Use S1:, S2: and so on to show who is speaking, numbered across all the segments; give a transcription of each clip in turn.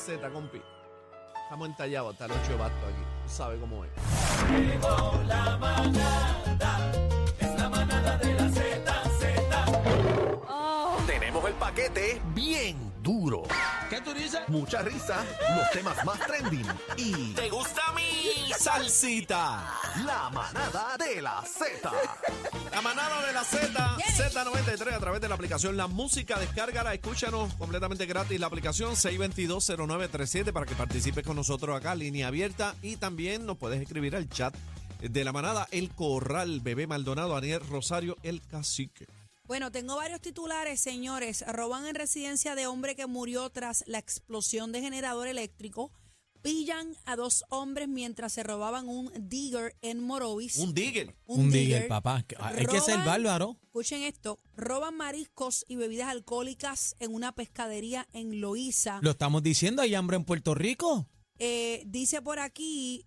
S1: Z, compi. Estamos entallados hasta el 8 de basto aquí. Tú sabes cómo es.
S2: Tenemos el paquete bien duro.
S3: ¿Qué tú dices?
S2: Mucha risa, los temas más trending y
S3: ¿Te gusta mi salsita?
S2: la manada de la Z.
S1: La manada de la Z, Z93 a través de la aplicación La Música. Descárgala, escúchanos completamente gratis la aplicación 6220937 para que participes con nosotros acá, línea abierta. Y también nos puedes escribir al chat de la manada El Corral, Bebé Maldonado, Aniel Rosario, El Cacique.
S4: Bueno, tengo varios titulares, señores. Roban en residencia de hombre que murió tras la explosión de generador eléctrico. Pillan a dos hombres mientras se robaban un digger en Morovis.
S1: Un digger.
S3: Un, digger, papá. Que- ah, Hay que
S4: Roban-
S3: salvarlo, Aro.
S4: Escuchen esto. Roban mariscos y bebidas alcohólicas en una pescadería en Loíza.
S3: Lo estamos diciendo, hay hambre en Puerto Rico.
S4: Eh, dice por aquí,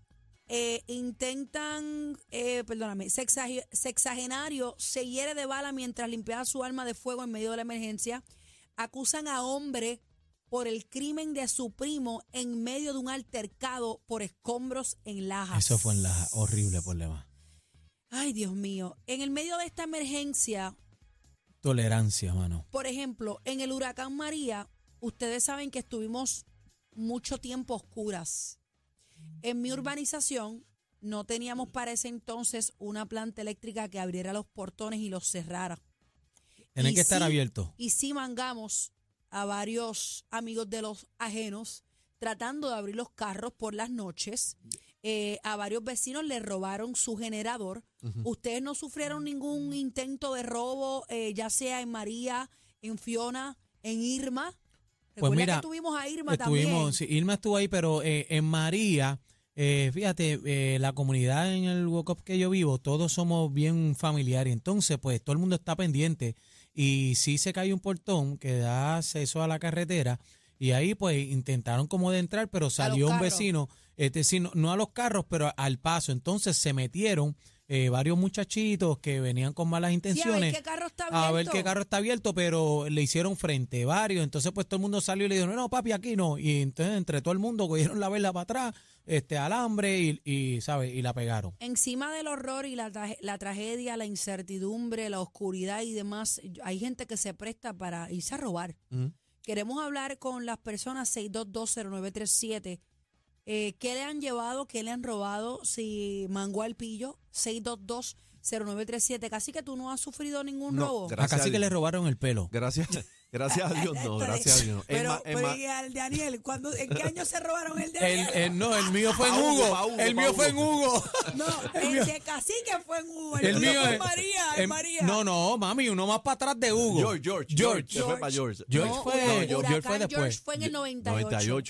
S4: eh, intentan, eh, perdóname, sexagi- sexagenario se hiere de bala mientras limpiaba su arma de fuego en medio de la emergencia. Acusan a hombre por el crimen de su primo en medio de un altercado por escombros en Lajas.
S3: Eso fue en la horrible problema.
S4: Ay, Dios mío. En el medio de esta emergencia,
S3: Tolerancia, mano.
S4: Por ejemplo, en el huracán María, ustedes saben que estuvimos mucho tiempo a oscuras. En mi urbanización no teníamos para ese entonces una planta eléctrica que abriera los portones y los cerrara.
S3: Tienen
S4: Y
S3: que estar
S4: sí,
S3: abiertos.
S4: Y sí mangamos a varios amigos de los ajenos tratando de abrir los carros por las noches. Eh, a varios vecinos le robaron su generador. Ustedes no sufrieron ningún intento de robo, eh, ya sea en María, en Fiona, en Irma. Recuerda que tuvimos a Irma también.
S3: Pues estuvimos, sí, Irma estuvo ahí, pero eh, en María, eh, fíjate, eh, la comunidad en el Wokop que yo vivo, todos somos bien familiares. Entonces, pues todo el mundo está pendiente. Y sí se cae un portón que da acceso a la carretera. Y ahí, pues, intentaron como de entrar, pero salió un
S4: carros.
S3: vecino, es decir, no, no a los carros, pero al paso. Entonces se metieron eh, varios muchachitos que venían con malas
S4: Sí, a ver
S3: intenciones
S4: qué carro está abierto.
S3: a ver qué carro está abierto, pero le hicieron frente varios. Entonces, pues todo el mundo salió y le dijo, no, no, papi, aquí no. Y entonces, entre todo el mundo, cogieron la vela para atrás, este alambre y, y ¿sabes? Y la pegaron.
S4: Encima del horror y la, traje- la tragedia, la incertidumbre, la oscuridad y demás, yo- hay gente que se presta para irse a robar. Queremos hablar con las personas 6220937. Eh, ¿Qué le han llevado? ¿Qué le han robado? Si mangó al pillo, 6220937. Casi que tú no has sufrido ningún
S1: No,
S4: robo.
S1: Gracias
S3: Acá sí
S1: a
S3: que
S1: Dios.
S3: le robaron el pelo.
S1: Gracias, gracias a Dios, no, gracias a Dios. no. Es
S4: Pero,
S1: más- es
S4: pero
S1: más-
S4: ¿y al Daniel? ¿Cuándo, ¿En qué año se robaron el de
S3: El,
S4: Daniel?
S3: el- no, el mío fue en
S1: Pa' Hugo,
S3: Hugo.
S1: pa' Hugo,
S3: El
S1: pa'
S3: mío fue en Hugo.
S4: no, el de Cacique fue en Hugo. El,
S3: El
S4: mío
S3: mío
S4: fue en
S3: es-
S4: María. en
S3: en-
S4: María.
S3: No, no, mami, uno más para atrás de Hugo.
S1: George, George, George, se fue
S4: George.
S1: para George.
S3: George
S4: No,
S3: fue-
S4: huracán
S3: George fue después.
S4: fue en el 98.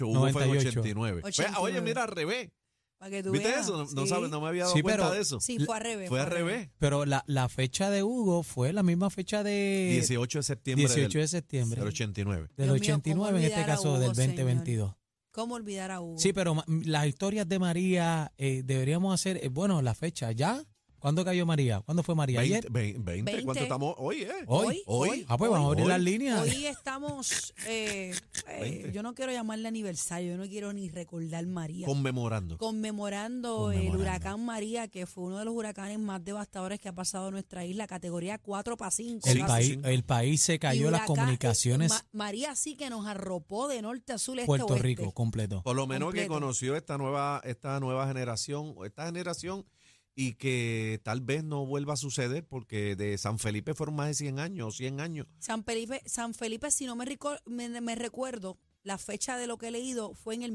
S1: 98, Hugo fue en
S3: 98.
S1: 89. Fue- Oye,
S4: 89.
S1: mira, al revés.
S4: Para que tú
S1: ¿Viste
S4: veas.
S1: eso? No, no
S4: Sí.
S1: sabes, no me había dado
S3: Sí,
S1: cuenta
S3: pero-
S1: de eso.
S4: Sí, fue al revés.
S1: Fue al revés.
S3: Pero la, la fecha de Hugo fue la misma fecha de
S1: 18 de septiembre
S3: 18 de
S1: del,
S3: septiembre
S1: del 89.
S3: del
S4: Dios mío, ¿cómo
S3: 89, en este
S4: olvidar a
S3: caso
S4: Hugo,
S3: del
S4: señor?
S3: 2022.
S4: ¿Cómo olvidar a Hugo?
S3: Sí, pero ma- m- las historias de María eh, deberíamos hacer, eh, bueno, la fecha, ¿ya? ¿Cuándo cayó María? ¿Cuándo fue María?
S1: 20,
S3: ¿Ayer?
S1: 20, ¿cuánto
S4: 20?
S1: estamos hoy, eh?
S3: ¿Hoy?
S1: Hoy,
S3: Ah, pues vamos a abrir
S1: hoy.
S3: las líneas.
S4: Hoy estamos. eh, eh,
S1: Veinte.
S4: yo no quiero llamarle aniversario, yo no quiero ni recordar María.
S1: Conmemorando.
S4: conmemorando,
S3: Conmemorando.
S4: el huracán María, que fue uno de los huracanes más devastadores que ha pasado en nuestra isla, categoría 4 para 5.
S3: el,
S1: sí,
S3: país,
S1: sí.
S3: el país se cayó, las comunicaciones,
S4: María sí que nos arropó de norte a sur, este a
S3: Puerto
S4: oeste.
S3: Rico, completo.
S1: Por lo menos que
S4: completo.
S1: conoció esta nueva, esta nueva generación, o esta generación, y que tal vez no vuelva a suceder, porque de San Felipe fueron más de 100 años, 100 años.
S4: San Felipe, San Felipe si no me, rico- me, me recuerdo, la fecha de lo que he leído fue en el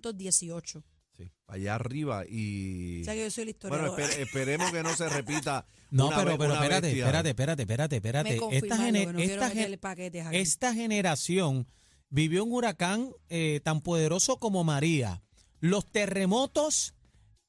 S4: 1918.
S1: Sí, allá arriba y...
S4: O sea que yo soy la historiadora.
S1: Bueno, espere- esperemos que no se repita.
S3: No,
S1: una
S3: pero,
S1: be-
S3: pero
S1: una
S3: espérate,
S1: bestia.
S3: espérate, espérate, espérate, espérate.
S4: me
S3: Esta,
S4: confirmaron,
S3: gene-
S4: que no quiero
S3: esta gen-
S4: meterle paquetes aquí.
S3: esta generación vivió un huracán eh, tan poderoso como María, los terremotos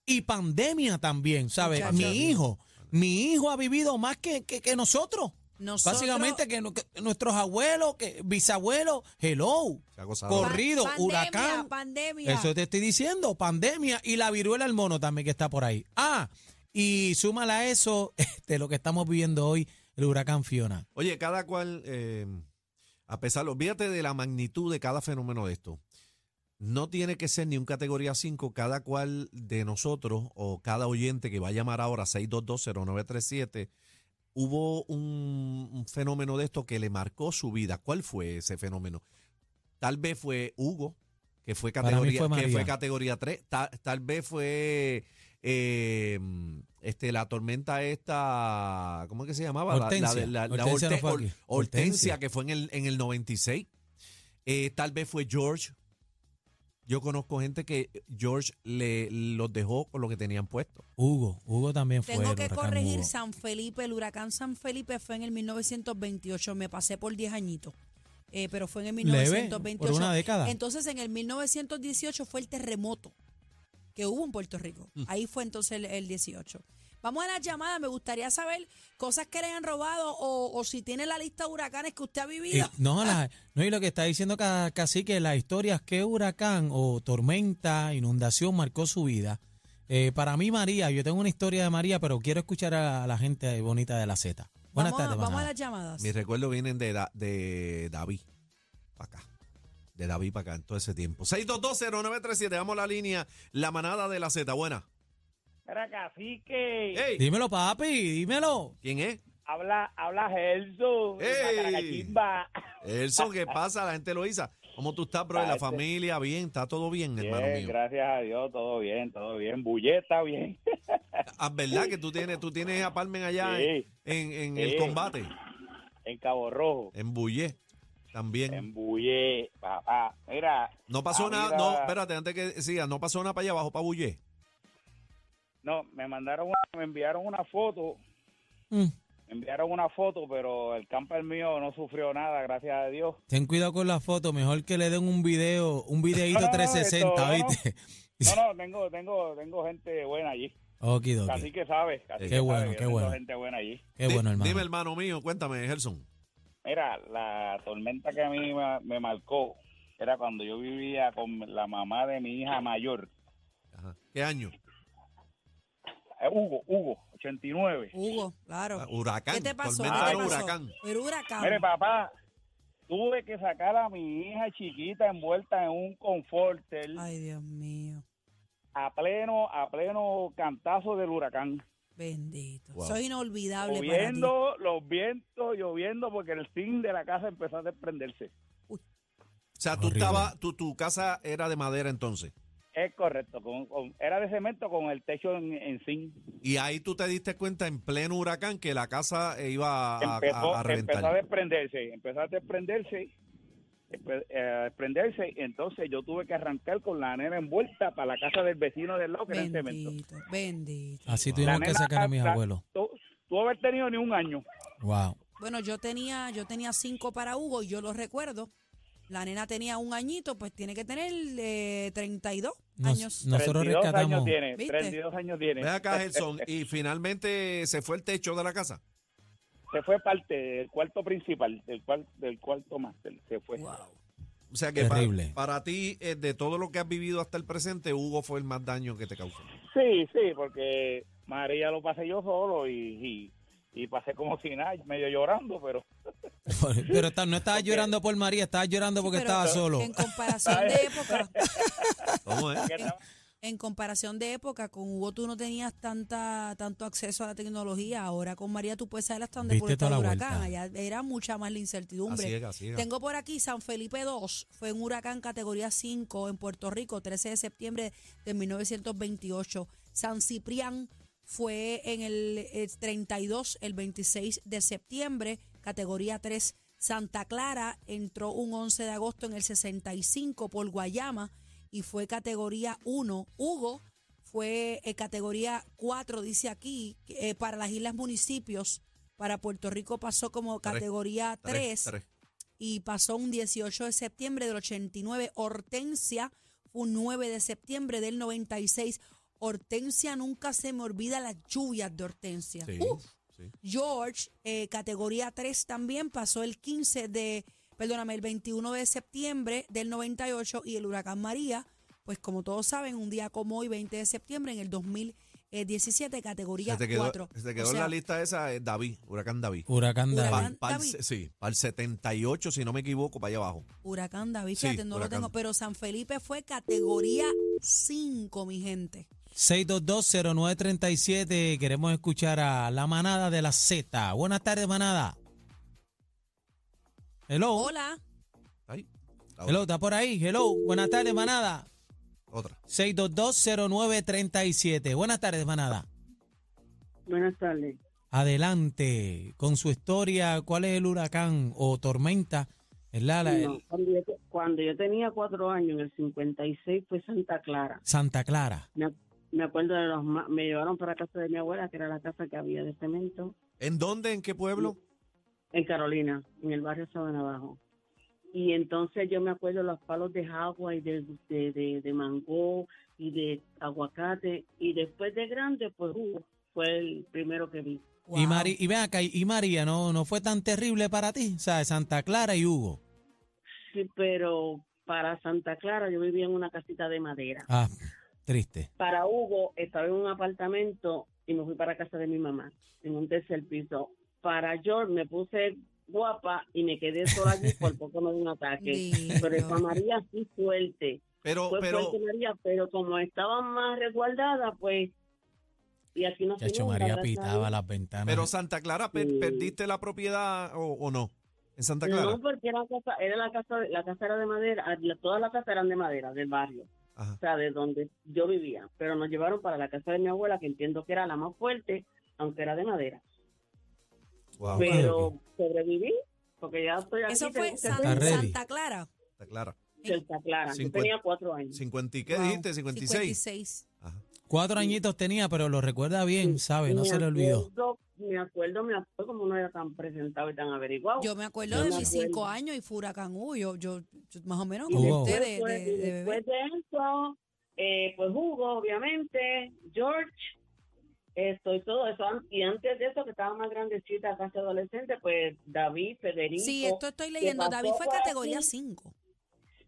S3: y pandemia también, ¿sabes?
S4: Muchachos.
S3: Mi hijo, mi hijo ha vivido más que, que, que nosotros.
S4: Nosotros-
S3: Básicamente que, no- que nuestros abuelos, que bisabuelos, hello,
S1: Se ha gozado.
S3: corrido,
S4: Pan- pandemia,
S3: huracán.
S4: pandemia.
S3: Eso te estoy diciendo, pandemia y la viruela del mono también que está por ahí. Ah, y súmala a eso este, lo que estamos viviendo hoy, el huracán Fiona.
S1: Oye, cada cual, eh, a pesar, olvídate de la magnitud de cada fenómeno de esto. No tiene que ser ni un categoría 5, cada cual de nosotros o cada oyente que va a llamar ahora 6220937, hubo un, un fenómeno de esto que le marcó su vida. ¿Cuál fue ese fenómeno? Tal vez fue Hugo, que fue
S3: Para mí
S1: categoría,
S3: fue
S1: que fue
S3: María.
S1: categoría 3. Tal, vez fue eh, este, la tormenta esta, ¿cómo es que se llamaba? La- La,
S3: Hortensia.
S1: de- la- la
S3: Hortensia no
S1: Horte-
S3: fue
S1: Hor-
S3: aquí. Hortensia.
S1: Hortensia, que fue en el, en el 96. Eh, tal vez fue George. Yo conozco gente que George le, los dejó con lo que tenían puesto.
S3: Hugo, Hugo también fue.
S4: Tengo
S3: el
S4: que
S3: huracán
S4: corregir
S3: Hugo.
S4: San Felipe, el huracán San Felipe fue en el 1928, me pasé por 10 añitos, eh, pero fue en el
S3: Leve, por
S4: 1928.
S3: una década.
S4: Entonces en el 1918 fue el terremoto que hubo en Puerto Rico,
S3: Mm.
S4: ahí fue entonces el, el 18. Vamos a las llamadas, me gustaría saber cosas que le han robado o, o si tiene la lista de huracanes que usted ha
S3: Y-
S4: vivido.
S3: no, la- no, y lo que está diciendo ca- casi que las historias que huracán o tormenta, inundación marcó su vida. Eh, para mí, María, yo tengo una historia de María, pero quiero escuchar a la gente bonita de la Z. Buenas
S4: vamos, a,
S3: tardes,
S4: vamos a
S3: manada.
S4: las llamadas.
S1: Mis recuerdos vienen de, Da- de David para acá. De David para acá en todo ese tiempo. 6220937, vamos a la línea. La manada de la Z. Buena.
S5: Era cacique.
S1: Ey,
S3: Dímelo, papi, dímelo.
S1: ¿Quién es?
S5: Habla, habla Gelson.
S1: Ey. Elson, ¿qué pasa? La gente lo hizo. ¿Cómo tú estás, bro? ¿La
S5: Gracias.
S1: familia bien? ¿Está todo bien, hermano
S5: Bien,
S1: mío?
S5: gracias a Dios, todo bien, todo bien. Bulleta, bien.
S1: Ah, ¿Verdad que tú tienes, tú tienes a Palmen allá
S5: Sí.
S1: en, en- en
S5: Sí.
S1: el combate?
S5: En Cabo Rojo.
S1: En Bullé
S5: En
S1: también.
S5: Bullé, papá. Mira.
S1: No pasó
S5: a mí
S1: nada,
S5: la-
S1: no, espérate, antes que siga, no pasó nada para allá abajo, para Bullé.
S5: No, me mandaron, una- me enviaron una foto.
S3: Mm,
S5: Me enviaron una foto, pero el camper mío no sufrió nada, gracias a Dios.
S3: ten cuidado con la foto, mejor que le den un video, un videito
S5: No, no,
S3: 360,
S5: esto,
S3: ¿viste?
S5: No, no, tengo, tengo, tengo gente buena allí.
S3: Okidoki.
S5: Así que sabes.
S1: Qué
S3: bueno, qué
S5: tengo
S3: bueno.
S5: gente buena allí.
S3: Qué
S1: Di-
S3: bueno, hermano.
S1: Dime, hermano mío, cuéntame, Gerson.
S5: Mira, la tormenta que a mí me, me marcó era cuando yo vivía con la mamá de mi hija mayor,
S1: Ajá. ¿Qué año?
S5: Eh, Hugo, Hugo, 89.
S4: Hugo, claro.
S1: Ah, Huracán.
S4: ¿Qué te pasó? Ah,
S1: Tormenta
S4: ¿Qué te
S1: no,
S4: pasó?
S1: huracán.
S4: Era huracán.
S5: Mire, papá, tuve que sacar a mi hija chiquita envuelta en un conforter
S4: Ay, Dios mío.
S5: a pleno a pleno cantazo del huracán.
S4: Bendito.
S1: Wow.
S4: Soy inolvidable para ti.
S5: Lloviendo, los vientos, lloviendo, porque el zinc de la casa empezó a desprenderse.
S1: O sea, tú
S3: Horrible.
S1: estaba, tu, tu casa era de madera entonces.
S5: Es correcto, con- con- era de cemento con el techo en, en zinc.
S1: Y ahí tú te diste cuenta en pleno huracán que la casa eh, iba a, a-
S5: empezó,
S1: a
S5: empezó a
S1: reventar.
S5: desprenderse, empezó a desprenderse, empe- eh, a desprenderse, y entonces yo tuve que arrancar con la nena envuelta para la casa del vecino del lado que era en cemento.
S4: Bendito, bendito.
S3: Así
S5: La
S3: tuvimos que
S5: nena-
S3: sacar a mis
S5: la-
S3: abuelos.
S5: Tú, tú haber tenido ni un año.
S3: Wow.
S4: Bueno, yo tenía, yo tenía cinco para Hugo y yo lo recuerdo. La nena tenía un aññito, pues tiene que tener eh, 32
S3: Nos-
S4: años.
S3: nosotros
S5: 32 años
S3: rescatamos.
S5: tiene,
S4: ¿Viste?
S5: 32 años tiene.
S1: Ve acá, Gerson, y finalmente se fue el techo de la casa.
S5: Se fue parte del cuarto principal, del, cual, del cuarto máster, se fue.
S4: Wow.
S1: O sea que pa-
S3: Terrible.
S1: para, ti, eh, de todo lo que has vivido hasta el presente, Hugo fue el más daño que te causó.
S5: Sí, sí, porque María lo pasé yo solo y, y, y pasé como si nada, medio llorando, pero...
S3: Pero está- no estaba llorando por María, estaba llorando porque
S4: Sí, pero
S3: estaba solo.
S4: En comparación de época,
S1: ¿Cómo es?
S5: que estaba-
S4: en comparación de época, con Hugo tú no tenías tanta, tanto acceso a la tecnología. Ahora con María tú puedes saber hasta donde
S3: Viste
S4: puede estar
S3: toda
S4: el
S3: la
S4: huracán.
S3: vuelta.
S4: Allá era mucha más la incertidumbre.
S1: Así es, así es.
S4: Tengo por aquí San Felipe II, fue un huracán categoría 5 en Puerto Rico, 13 de septiembre de 1928. San Ciprián fue en el, eh, 32, el 26 de septiembre, categoría 3. Santa Clara entró un 11 de agosto en el 65 por Guayama y fue categoría 1. Hugo fue eh, categoría 4, dice aquí, eh, para las islas municipios. Para Puerto Rico pasó como
S1: Tres.
S4: categoría
S1: Tres,
S4: 3
S1: tres.
S4: y pasó un 18 de septiembre del 89. Hortensia fue un 9 de septiembre del 96. Hortensia nunca se me olvida las lluvias de Hortensia.
S1: Sí,
S4: Uf.
S1: sí.
S4: George, eh, categoría 3 también, pasó el 15 de, perdóname, el 21 de septiembre del 98 y el huracán María, pues como todos saben, un día como hoy, 20 de septiembre en el 2000 eh, 17, categoría
S1: Se te quedó,
S4: 4.
S1: se te quedó
S4: O
S1: en
S4: sea,
S1: la lista esa eh, David, Huracán David.
S3: Huracán
S4: Huracán.
S3: David.
S1: Pal- pal-
S4: David.
S1: sí, para el 78, si no me equivoco, para allá abajo.
S4: Huracán David,
S1: Sí,
S4: fíjate, no
S1: Huracán.
S4: lo tengo, pero San Felipe fue categoría 5, mi gente.
S3: 6220937, queremos escuchar a la manada de la Z. Buenas tardes, manada. Hello.
S4: Hola,
S1: Ahí. La
S3: Hello,
S1: otra.
S3: está por ahí. Hello. Buenas tardes, manada.
S1: Otra.
S3: 6220937. Buenas tardes, manada.
S6: Buenas tardes.
S3: Adelante con su historia. ¿Cuál es el huracán o tormenta? Es la, la-
S6: No, cuando, yo, cuando yo tenía cuatro años, en el 56, fue Santa Clara.
S3: Santa Clara.
S6: Me, ac- me acuerdo de los... ma- Me llevaron para casa de mi abuela, que era la casa que había de cemento,
S1: ¿En dónde? ¿En qué pueblo?
S6: en Carolina, en el barrio Sabana Abajo. Y entonces yo me acuerdo los palos de agua y de, de, de, de mango y de aguacate. Y después de grande, pues uh, fue el primero que vi.
S3: Y,
S4: Wow.
S3: Mari- y ven acá, y María, ¿no, ¿no fue tan terrible para ti? O sea, Santa Clara y Hugo.
S6: Sí, pero para Santa Clara yo vivía en una casita de madera.
S3: Ah, triste.
S6: Para Hugo estaba en un apartamento y me fui para casa de mi mamá, en un tercer piso. Para George me puse guapa y me quedé sola allí, por poco me dio un ataque. Pero para
S4: Lindo.
S6: María sí fuerte,
S1: Pero,
S6: fue
S4: Pues,
S1: pero,
S6: fuerte María, pero como estaba más resguardada, pues... Y aquí no se
S3: Chacho,
S6: inunda,
S3: María
S6: gracias a
S3: pitaba
S6: Dios.
S3: las ventanas.
S1: pero Santa Clara, per-
S6: Sí.
S1: ¿perdiste la propiedad o, o no? ¿En Santa Clara?
S6: No, porque era, casa, era la casa, la casa era de madera, ah, la- todas las casas eran de madera, del barrio.
S1: Ajá.
S6: o sea, de donde yo vivía, pero nos llevaron para la casa de mi abuela, que entiendo que era la más fuerte, aunque era de madera.
S3: Ah,
S1: Wow,
S6: Pero sobreviví, porque ya estoy aquí.
S4: Eso
S6: tengo
S4: fue
S6: que
S4: San-
S3: Está
S6: hacer
S3: ready.
S4: Santa Clara.
S1: Santa Clara.
S6: Santa Clara. Yo
S1: Cincuenta.
S6: tenía cuatro años.
S1: ¿50 y qué
S4: Wow.
S1: dijiste? ¿56?
S4: 56.
S1: Ajá.
S3: Cuatro añitos tenía, pero lo recuerda bien, ¿sabe?
S6: Y
S3: No
S6: me
S3: se le olvidó.
S6: acuerdo- Me acuerdo, me acuerdo como no era tan presentado y tan averiguado.
S4: Yo me acuerdo
S6: Yo
S4: de
S6: me
S4: mis
S6: acuerdo.
S4: cinco años y Furacán U. Yo, yo, yo más o menos
S6: y
S3: Hugo.
S4: como
S3: Wow.
S4: usted
S6: después,
S4: de,
S6: fue-
S4: de-
S6: y
S4: de bebé.
S6: después de eso, eh, pues Hugo, obviamente, George, esto y todo eso. Y antes de eso, que estaba más grandecita, casi adolescente, pues David, Federico.
S4: Sí, esto estoy leyendo.
S6: pasó
S4: David fue
S6: por
S4: categoría
S6: aquí.
S4: 5.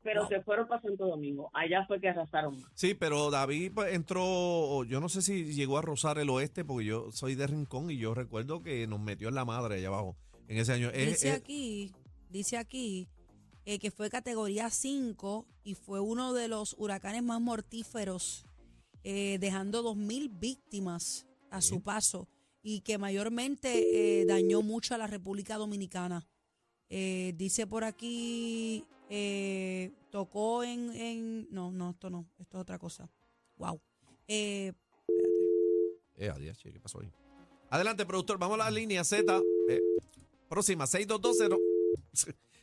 S6: pero
S4: Wow.
S6: se fueron para Santo Domingo. Allá fue que arrasaron más.
S1: Sí, pero David pues, entró, yo no sé si llegó a rozar el oeste, porque yo soy de Rincón y yo recuerdo que nos metió en la madre allá abajo en ese año. Eh, Es-
S3: eh,
S4: Dice
S1: es-
S4: aquí, dice aquí eh, que fue categoría 5 y fue uno de los huracanes más mortíferos, eh, dejando 2.000 víctimas a
S1: Sí.
S4: su paso y que mayormente eh, dañó mucho a la República Dominicana. Eh, dice por aquí, eh, tocó en, en- No, no, esto no, esto es otra cosa. Wow. Eh,
S1: eh, adiós, che, ¿qué pasó ahí? Adelante, productor, vamos a la línea Z. eh, próxima, 6220.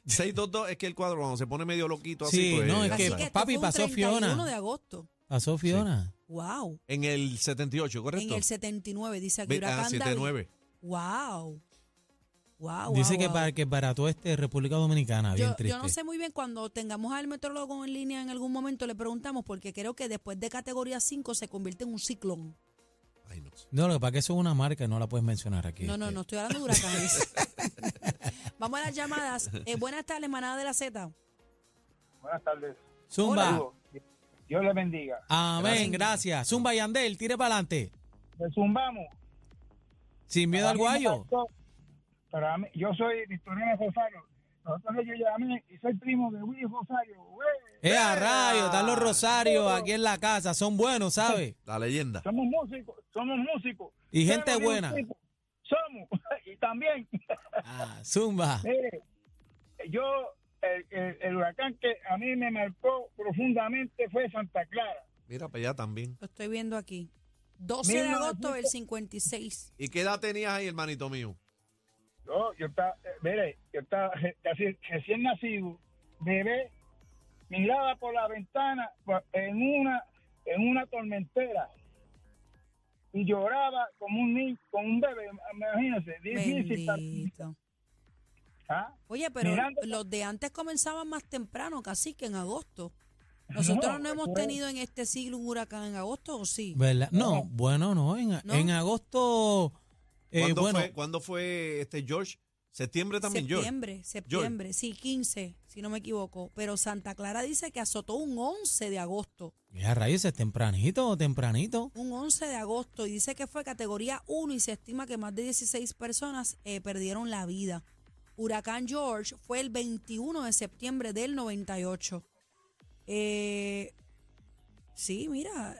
S1: 622, es que el cuadro cuando se pone medio loquito así.
S3: Sí,
S1: pues,
S3: no, es
S1: ya
S4: así
S3: que-
S1: sabes.
S4: esto
S3: papi,
S4: fue un
S3: pasó Fiona.
S4: 31 de agosto.
S3: Pasó Fiona.
S4: Wow.
S1: En el 78, ¿correcto?
S4: En el 79, dice aquí
S1: Ve-
S4: Huracán
S1: ah,
S4: David.
S1: 79.
S4: Wow. Ah, Wow,
S3: Dice que para que para todo este República Dominicana, bien
S4: yo,
S3: triste.
S4: yo no sé muy bien, cuando tengamos al metrólogo en línea en algún momento le preguntamos, porque creo que después de categoría 5 se convierte en un ciclón.
S1: Ay, no.
S3: No, lo que pasa es que eso es una marca, no la puedes mencionar aquí. este.
S4: No, no, no, estoy hablando de huracanes. Vamos a las llamadas. Eh, buenas tardes, manada de la Z.
S5: Buenas tardes.
S3: Zumba.
S5: Saludos. Dios les bendiga.
S3: Amén, gracias. Zumba Yandel, tire para adelante.
S5: Nos zumbamos.
S3: Sin miedo al guayo.
S5: Para mí- yo soy Victoriano Rosario. Nosotros yo llamé y soy primo de Willy Rosario. ¡Ué!
S3: Eh, a rayo, están los rosarios aquí en la casa, son buenos, ¿sabes?
S1: La leyenda.
S5: Somos músicos, somos músicos.
S3: Y gente
S5: Somos de un
S3: buena.
S5: tipo. Somos. y también,
S3: Ah, Zumba.
S5: mire, yo, el, el- el huracán que a mí me marcó profundamente fue Santa Clara.
S1: Mira para allá también.
S4: Lo estoy viendo aquí. 12 de agosto del 56.
S1: ¿Y qué edad tenías ahí, hermanito mío?
S5: Yo, yo estaba, eh, mire, yo estaba re- casi recién nacido, bebé, miraba por la ventana pa- en una, en una tormentera y lloraba como un niño, como un bebé, imagínense, difícil. para-
S4: Bendito.
S5: ¿Ah?
S4: Oye, pero
S5: Mirando-
S4: los de antes comenzaban más temprano, casi que en agosto. Nosotros no,
S5: No,
S4: hemos
S5: no.
S4: tenido en este siglo un huracán en agosto, ¿o sí?
S3: ¿Verdad? No, bueno, no, en,
S4: ¿No?
S3: en agosto. eh,
S1: ¿Cuándo,
S3: bueno,
S1: fue, ¿Cuándo fue este George? Septiembre también, George.
S4: septiembre, septiembre, sí, 15, si no me equivoco. Pero Santa Clara dice que azotó un 11 de agosto,
S3: Mira, Reyes, es tempranito o tempranito.
S4: un 11 de agosto, y dice que fue categoría 1 y se estima que más de 16 personas eh, perdieron la vida. Huracán George fue el 21 de septiembre del 98. Eh, sí, mira,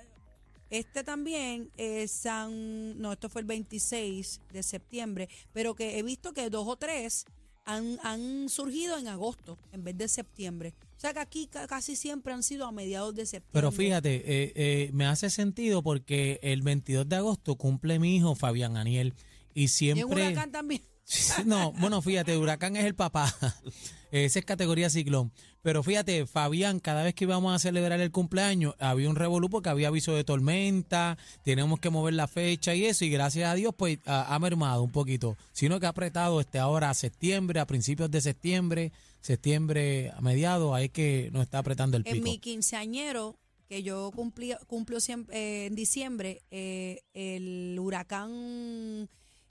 S4: este también, eh, San, no, esto fue el 26 de septiembre, pero que he visto que dos o tres han, han surgido en agosto en vez de septiembre. O sea que aquí ca- casi siempre han sido a mediados de septiembre.
S3: Pero fíjate, eh, eh, me hace sentido porque el 22 de agosto cumple mi hijo Fabián Aniel y
S4: Y en
S3: siempre...
S4: huracán también.
S3: Sí, No, bueno, fíjate, Huracán es el papá. Ese es categoría ciclón. Pero fíjate, Fabián, cada vez que íbamos a celebrar el cumpleaños, había un revolú porque había aviso de tormenta, tenemos que mover la fecha y eso, y gracias a Dios, pues ha, ha mermado un poquito. Sino que ha apretado este ahora a septiembre, a principios de septiembre, septiembre a mediados, ahí es que nos está apretando el
S4: En
S3: pico.
S4: mi quinceañero, que yo cumplí, cumplo siempre, eh, en diciembre, eh, el huracán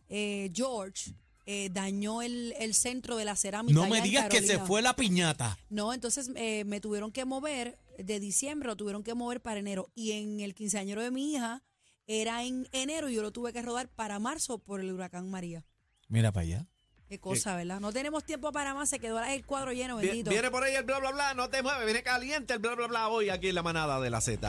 S4: eh, George eh, dañó el, el centro de la cerámica.
S3: No
S4: allá
S3: me
S4: en
S3: digas que se
S4: Carolina.
S3: fue la piñata.
S4: No, entonces eh, me tuvieron que mover de diciembre, lo tuvieron que mover para enero. Y en el quinceañero de mi hija era en enero y yo lo tuve que rodar para marzo por el huracán María.
S3: Mira para allá.
S4: Qué cosa, ¿verdad? No tenemos tiempo para más, se quedó el cuadro lleno,
S1: Vie-
S4: bendito.
S1: Viene por ahí el bla bla bla, no te Ah. mueves, viene caliente el bla bla bla hoy aquí en la manada de la Z.